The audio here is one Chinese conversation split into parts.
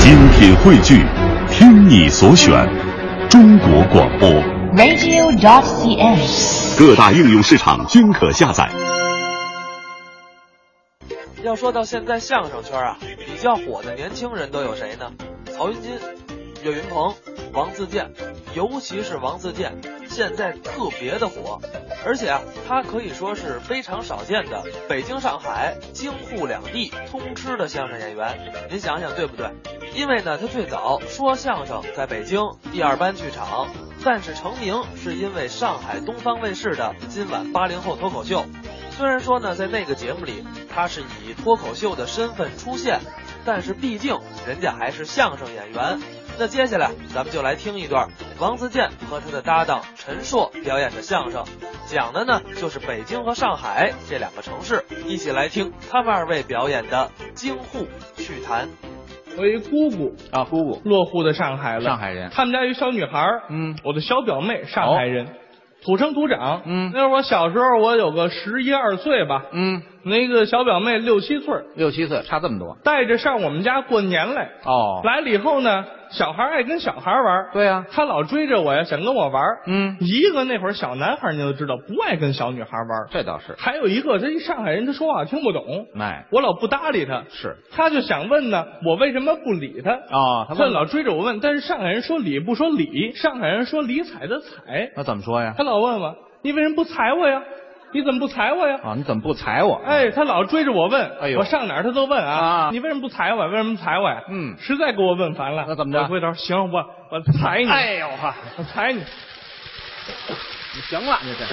精品汇聚，听你所选，中国广播。 radio.cn。各大应用市场均可下载。要说到现在相声圈啊，比较火的年轻人都有谁呢？曹云金、岳云鹏、王自健，尤其是王自健，现在特别的火，而且啊，他可以说是非常少见的北京、上海、京沪两地通吃的相声演员。您想想对不对？因为呢，他最早说相声在北京第二班剧场，但是成名是因为上海东方卫视的《今晚八零后脱口秀》。虽然说呢，在那个节目里，他是以脱口秀的身份出现，但是毕竟人家还是相声演员。那接下来咱们就来听一段王自健和他的搭档陈硕表演的相声，讲的呢就是北京和上海这两个城市，一起来听他们二位表演的京沪趣谈。我一姑姑啊，姑姑，落户在上海了，上海人他们家有一小女孩儿，嗯哦我的小表妹，上海人，土生土长。嗯那会儿我小时候，我有个十一二岁吧，嗯，那个小表妹六七岁儿，六七岁，差这么多带着上我们家过年来。哦来了以后呢，小孩儿爱跟小孩儿玩儿，对啊他老追着我呀，想跟我玩儿。嗯一个那会儿小男孩儿，你都知道不爱跟小女孩儿玩儿，这倒是，还有一个他一上海人，他说话听不懂，哎，我老不搭理他，是他就想问呢，我为什么不理他？哦他他问了老追着我问，但是上海人说理不说理，上海人说理睬的睬，那怎么说呀？他老问我，你为什么不睬我呀？你怎么不睬我呀？啊，你怎么不踩我？哎，，他老追着我问，哎呦我上哪儿他都问啊，啊你为什么不睬我？为什么不睬我呀？嗯实在给我问烦了，那怎么着我回头，行，我我踩你，哎呦呵，我踩你，你行了，你这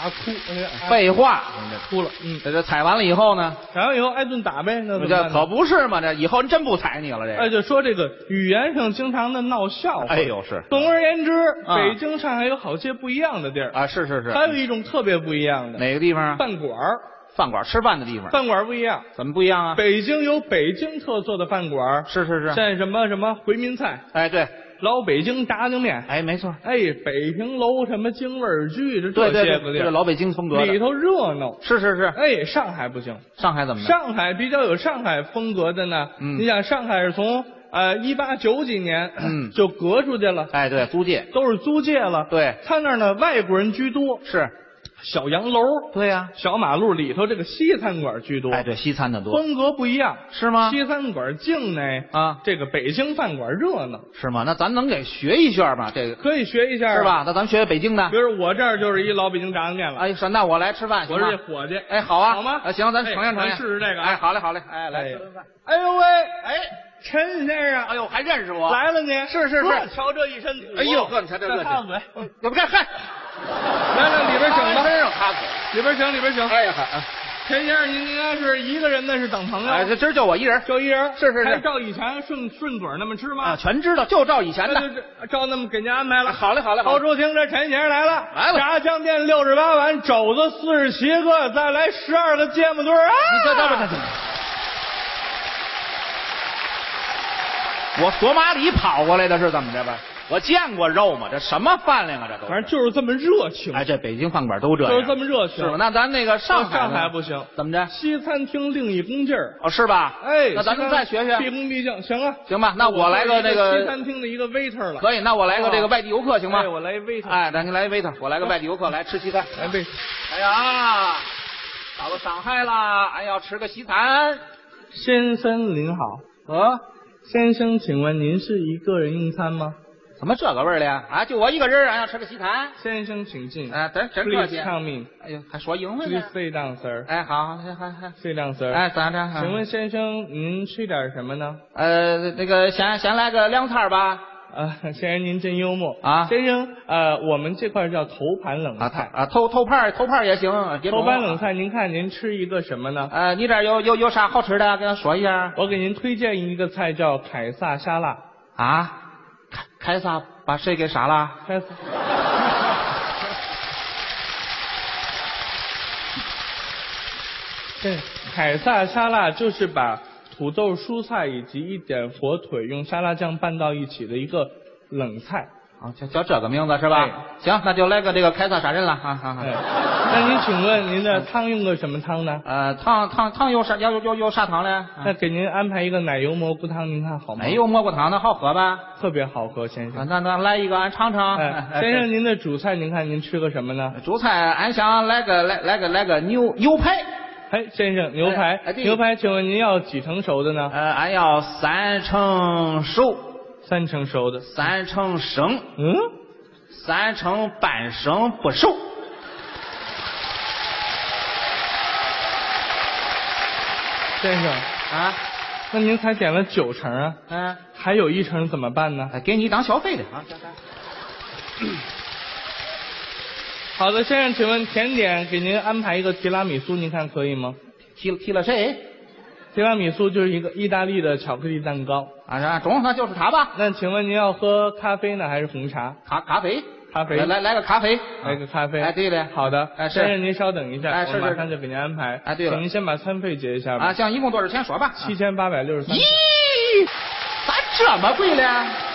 啊哭，哎呀啊 废话，你这哭了，嗯，这这踩完了以后呢？然后以后挨顿打呗，那怎么这办呢可不是嘛，这以后人真不踩你了，这哎，个就说这个语言上经常的闹笑话。哎呦是总而言之，啊北京、上海有好些不一样的地儿，啊，是是是，还有一种特别不一样的，哪个地方啊？饭馆儿。饭馆吃饭的地方，饭馆儿不一样，怎么不一样啊？北京有北京特色的饭馆儿，是是啊是，像什么什么回民菜、哎对，老北京炸酱面，哎没错，哎，北平楼什么京味儿居，这这对对些对，个这地是儿，老北京风格里的，头热闹。是是是，哎，上海不行，上海怎么着？上海比较有上海风格的呢。嗯你想上海是从呃一八九几年，嗯 就隔出去了，哎对，租界，都是租界了。对他那儿呢外国人居多，是，小洋楼、对呀，小马路里头这个西餐馆居多。哎对，西餐的多，风格不一样，是吗？西餐馆境内啊这个北京饭馆热闹，是吗？那咱能给学一学吗？这个可以学一下，是？吧？那咱们学学北京的比。如我这儿就是一老北京炸酱面了，哎，是，那我来吃饭行啊我是这吗？伙计。哎，好啊，好吗哎行，咱尝哎尝尝咱尝，试试这个啊哎，好嘞，好嘞，哎，来哎吃顿饭。哎呦喂，哎，陈先生，啊哎呦，还认识我？，来了您，是是是呵瞧这一身土，哎呦呵，你瞧这再热烫情，嘴，嗯怎么干？嗨，来哎来里边请吧，真让哈嘴。里边请里边请。哎呀，嗨，陈先生，您应该是一个人呢，是等朋哎，友，这今儿就我一人就一人，是是是还照以前顺顺嘴那么吃啊，吗？全知道，就照以前那的。就这照那么给您安排了。哎好嘞，好嘞，好高嘞。处听着，陈先生来了，来了炸酱面六十八碗，肘子四十七个，再来十二个芥末墩儿啊！你这等会儿等会儿我索马里跑过来的是怎么着吧？我见过肉吗？这什么饭量啊？这都是反正就是这么热情，哎，这北京饭馆都这样，就是这么热情是吧？那咱那个上海呢，上海不行怎么着？西餐厅另一股劲儿。哦，是吧？哎，那咱们再学毕学，恭毕敬，行啊，行吧？那我来个那西餐个，厅的一个 waiter 了，可以，那我来个这个哦外地游客行吗哎？我来一 waiter，哎，咱您来一 waiter，我来个外地游客来吃西餐。来 waiter，哎呀，到了上海啦，俺要吃个西餐。先生您好，啊，先生，请问您是一个人用餐吗？怎么这个味儿了呀？啊，就我一个人，俺要吃个西餐。先生，请进。哎，真真客 Please 气。 come in. 哎呦，还说英文 Please 呢。 sit down, sir. 哎，好，好，好，好。 sit down, sir. 啊哎，咋着？请问，先生，您吃点什么呢？ 呃，那个先先来个凉菜儿吧。啊，先生您真幽默啊先生，呃，我们这块叫头盘冷啊，菜，啊，偷偷派儿偷派儿也行，别管头我盘冷。菜，您看您吃一个什么呢？呃，你这儿有有有啥好吃的，跟咱说一下我给您推荐一个菜叫凯撒沙拉， 啊。凯凯撒把谁给杀了？凯撒对，凯撒沙拉就是把土豆、蔬菜以及一点火腿用沙拉酱拌到一起的一个冷菜。啊，叫叫这个名字是吧？哎行，那就来个这个凯撒杀人了啊啊！哎，啊那您请问您的汤用个什么汤呢？呃，烫烫烫又啥要又又又砂糖嘞？啊那给您安排一个奶油蘑菇汤，您看好吗？没有蘑菇糖的好喝吧？特别好喝，先啊，生。那那来一个俺尝尝。哎，先生，您的主菜您看您吃个什么呢？主菜俺想来个来来个来个牛牛排，哎，先生，牛哎哎排，对牛排，请问您要几成熟的呢？呃，俺要三成熟，三成熟的。三成生，嗯，三成半生不熟。先生，啊，那您才点了九成啊，嗯、还有一成怎么办呢？哎给你当消费的啊。行行好的，先生，请问甜点给您安排一个提拉米苏，您看可以吗？提提了谁？提拉米苏就是一个意大利的巧克力蛋糕。啊，是中，那就是他吧。那请问您要喝咖啡呢，还是红茶？咖咖啡，咖啡来来来个咖啡，来个咖啡。哎，对的，好的。哎先是，生您稍等一下，哎是我马是上就给您安排。哎对了请您先把餐费结一下吧。啊，像一共多少钱说吧。啊七千八百六十三。咦，咋这么贵嘞？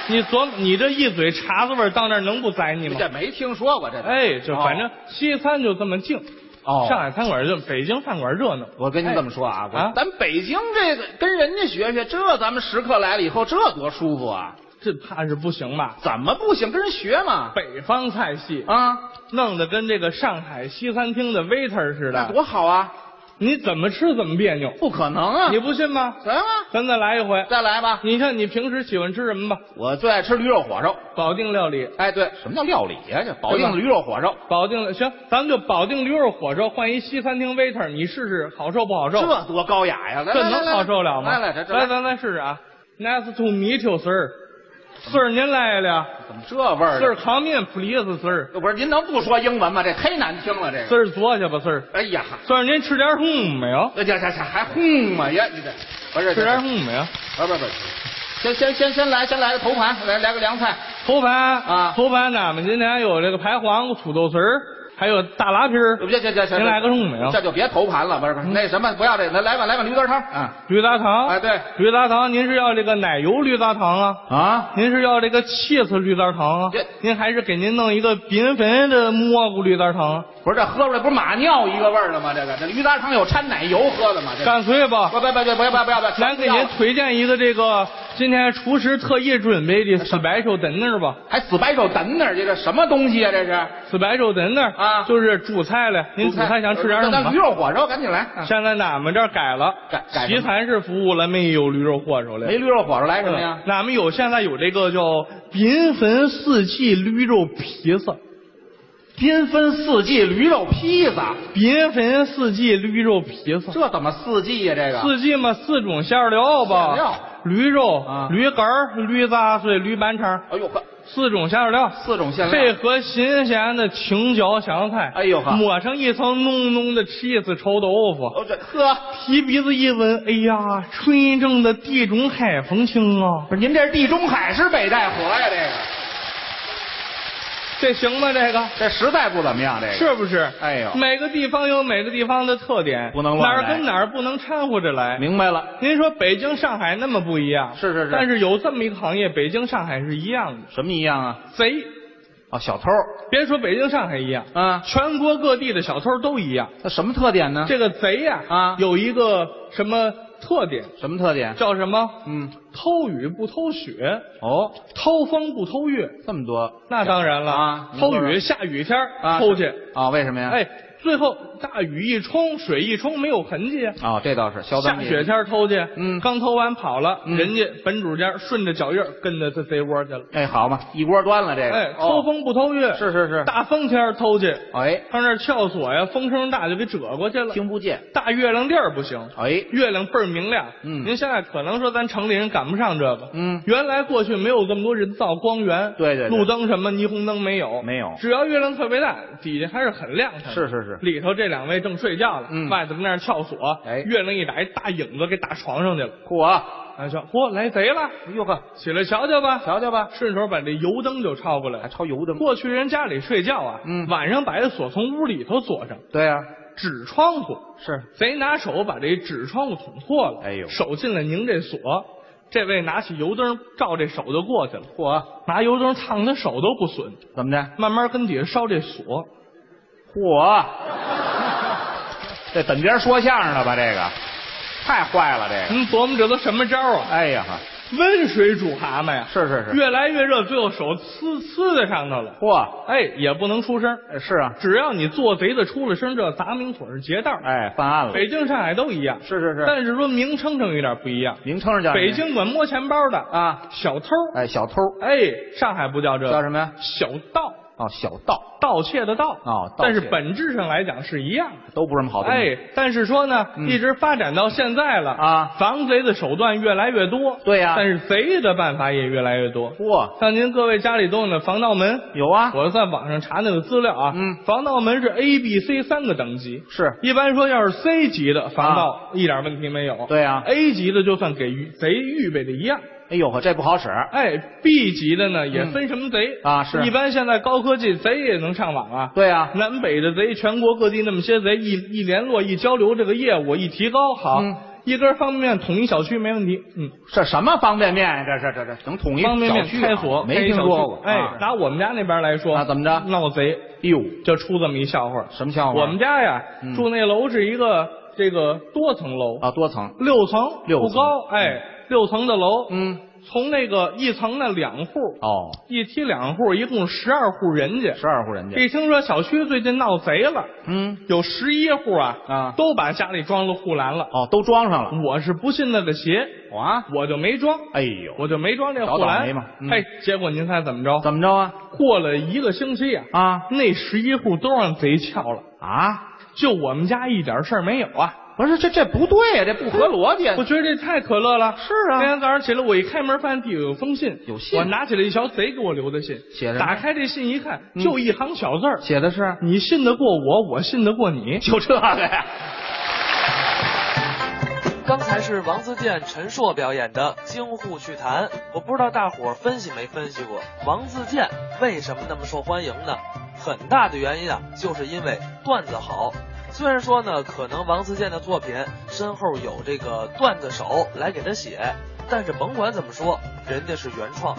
你琢磨，你这一嘴碴子味儿到那儿能不宰你吗？这没听说过这个。哎，这哦反正西餐就这么静，哦上海餐馆热，北京饭馆热闹。我跟您这么说啊，我啊咱北京这个跟人家学学，这咱们食客来了以后，这多舒服啊！这怕是不行吧？怎么不行？跟人学嘛北方菜系哦啊，弄得跟这个上海西餐厅的 waiter 似那的，多好啊！你怎么吃怎么别扭，不可能啊！你不信吗？行啊，咱再来一回。再来吧。你看你平时喜欢吃什么吧？我最爱吃驴肉火烧。保定料理，哎，对，什么叫料理啊呀、这保对吧定驴肉火烧，保定行，咱们就保定驴肉火烧换一西餐厅 waiter，你试试好受不好受？这多高雅呀！来这来来能好受了吗？来来，这这来，咱再试试啊。Nice to meet you, sir. Sir，您来了。怎么这味儿呢？ Sir, come in, please, sir. 不是您能不说英文吗？这忒难听了，这个。 Sir，坐下吧，sir。哎呀， sir，您吃点红没有？这这这还哄嘛呀？你这不是吃这点红没有？不不不，先先先先来先来个头盘，来来个凉菜，头盘啊头盘咱们今天有这个排黄瓜、土豆丝儿，还有大拉皮儿这、这这这您来个什么呀这就别头盘了，不是不是那什么不要这，来来碗来碗驴肝汤啊！驴杂糖。哎对驴杂糖，您是要这个奶油驴杂糖啊？啊，您是要这个 cheese 驴杂糖啊这？您还是给您弄一个缤纷的蘑菇驴杂糖啊？不是这喝出来不是马尿一个味儿的吗？这个这驴肝汤有掺奶油喝的吗？这个干脆吧，不不不不不要不要不要！咱给您推荐一个这个今天厨师特意准备 的 special dinner 吧还死白手等那儿，这个什么东西啊？这是，special dinner 啊就是主菜嘞。您主菜想吃点什那那驴么？肉火烧，赶紧来！啊现在俺们这儿改了改改，什么西餐式服务了，没有驴肉火烧了。没驴肉火烧来什么呀？嗯俺们有现在有这个叫缤纷四季驴肉披萨，缤纷四季驴肉披萨，缤纷四季驴肉披萨，这怎么四季呀、这个四季嘛四种馅料啊馅料吧，驴肉、啊驴肝儿、驴杂碎、驴板肠，哎呦呵，四种馅料。四种馅配料，合新鲜的青椒香菜，哎呦呵抹上一层浓浓的 cheese 臭豆腐，哦这呵，提鼻子一闻，哎呀，纯正的地中海风情啊！不是您这是地中海式北戴河呀、这个这行吗？这个这实在不怎么样，这个是不是？哎呦每个地方有每个地方的特点，不能哪乱来儿跟哪儿不能掺和着来。明白了，您说北京、上海那么不一样，是是是但是有这么一个行业，北京、上海是一样的，什么一样啊？贼。哦，小偷别说北京、上海一样，啊，全国各地的小偷都一样。那什么特点呢？这个贼呀、啊有一个什么特点？什么特点？叫什么？嗯，偷雨不偷雪，哦，偷风不偷月。这么多那当然了啊您偷说雨说下雨天儿啊？偷去，啊？为什么呀？，哎，最后大雨一冲，水一冲，没有痕迹啊。哦，这倒是销赃下匿雪名。天儿偷去，嗯刚偷完跑了，嗯人家本主家顺着脚印儿跟着他贼窝去了。哎，好嘛，一锅端了这个。哎，哦偷风不偷月，是是是。大风天儿偷去，哎，上那儿撬锁呀，风声大就给折过去了。听不见。大月亮地儿不行，哎，月亮倍儿明亮。嗯您现在可能说咱城里人赶不上这个。嗯原来过去没有这么多人造光源，对对对路灯什么霓虹灯没有，没有只要月亮特别大，底下还是很亮堂的。是是是里头这两位正睡觉了，嗯外头跟那儿撬锁，哎月亮一打，一大影子给打床上去了。嚯，俺说，嚯，来贼了，哟哎呵，起来瞧瞧吧。瞧瞧吧，顺手把这油灯就抄过还来。抄油灯。过去人家里睡觉啊，嗯晚上把这锁从屋里头锁上，对啊呀、纸窗户。是贼拿手把这纸窗户捅破了，哎呦手进来拧这锁，这位拿起油灯照这手就过去了，嚯，拿油灯烫他手都不损，怎么的？慢慢跟底下烧这锁。嚯，这本家说相声的吧？这个太坏了，这个。您琢磨这都什么招啊？哎呀哈，温水煮蛤蟆呀，是是是。越来越热，最后手呲呲在上头了。嚯，哎，也不能出声，呃是啊，只要你做贼的出了声，这砸明腿儿劫道。哎，犯案了。北京、上海都一样，是是是，但是说名称上有点不一样。名称叫什么北京管摸钱包的啊，小偷，哎，小偷哎，上海不叫这，叫什么呀？小盗，哦，小盗盗窃的盗哦盗窃但是本质上来讲是一样的。都不是什么好东西。哎，但是说呢，嗯一直发展到现在了啊防贼的手段越来越多，对呀但是贼的办法也越来越多。嚯，像您各位家里都有那防盗门，有啊，我在网上查那个资料啊，嗯防盗门是 A、B、C 三个等级，是，一般说要是 C 级的防盗一点问题没有，啊对啊 a 级的就算给鱼贼预备的一样，哎呦呵，这不好使。哎，B 级的呢也嗯分什么贼啊是一般现在高科技贼也能上网啊，对啊，南北的贼，全国各地那么些贼，一一联络一交流，这个业务一提高，好，嗯一根方便面统一小区没问题，嗯，这什么方便面呀？这是这这能统一方便面小区啊开锁没听开一小区说过。哎，啊拿我们家那边来说，啊怎么着闹贼哎呦，就出这么一笑话。什么笑话？我们家呀嗯，住那楼是一个这个多层楼，啊，多层。六层，六层不高，哎，六层的楼，嗯，从那个一层那两户，哦，一梯两户，一共十二户人家。十二户人家。一听说小区最近闹贼了，嗯，有十一户啊，啊都把家里装了护栏了。哦，都装上了。我是不信那个邪，啊，我就没装，哎呦，我就没装这护找倒栏霉嘛。嗯嘿，结果您猜怎么着？怎么着啊？过了一个星期啊，啊那十一户都让贼撬了，啊，就我们家一点事儿没有啊。不是这这不对呀，这不合逻辑啊。我觉得这太可乐了。是啊那天早上起来，我一开门发现地有封信，有信我拿起来一瞧，贼给我留的信，写着打开这信一看，嗯就一行小字儿：写的是你信得过我，我信得过你。就这个呀。刚才是王自健、陈硕表演的《京沪趣谈》，我不知道大伙儿分析没分析过，王自健为什么那么受欢迎呢？很大的原因啊，就是因为段子好。虽然说呢，可能王自健的作品身后有这个段子手来给他写，但是甭管怎么说，人家是原创，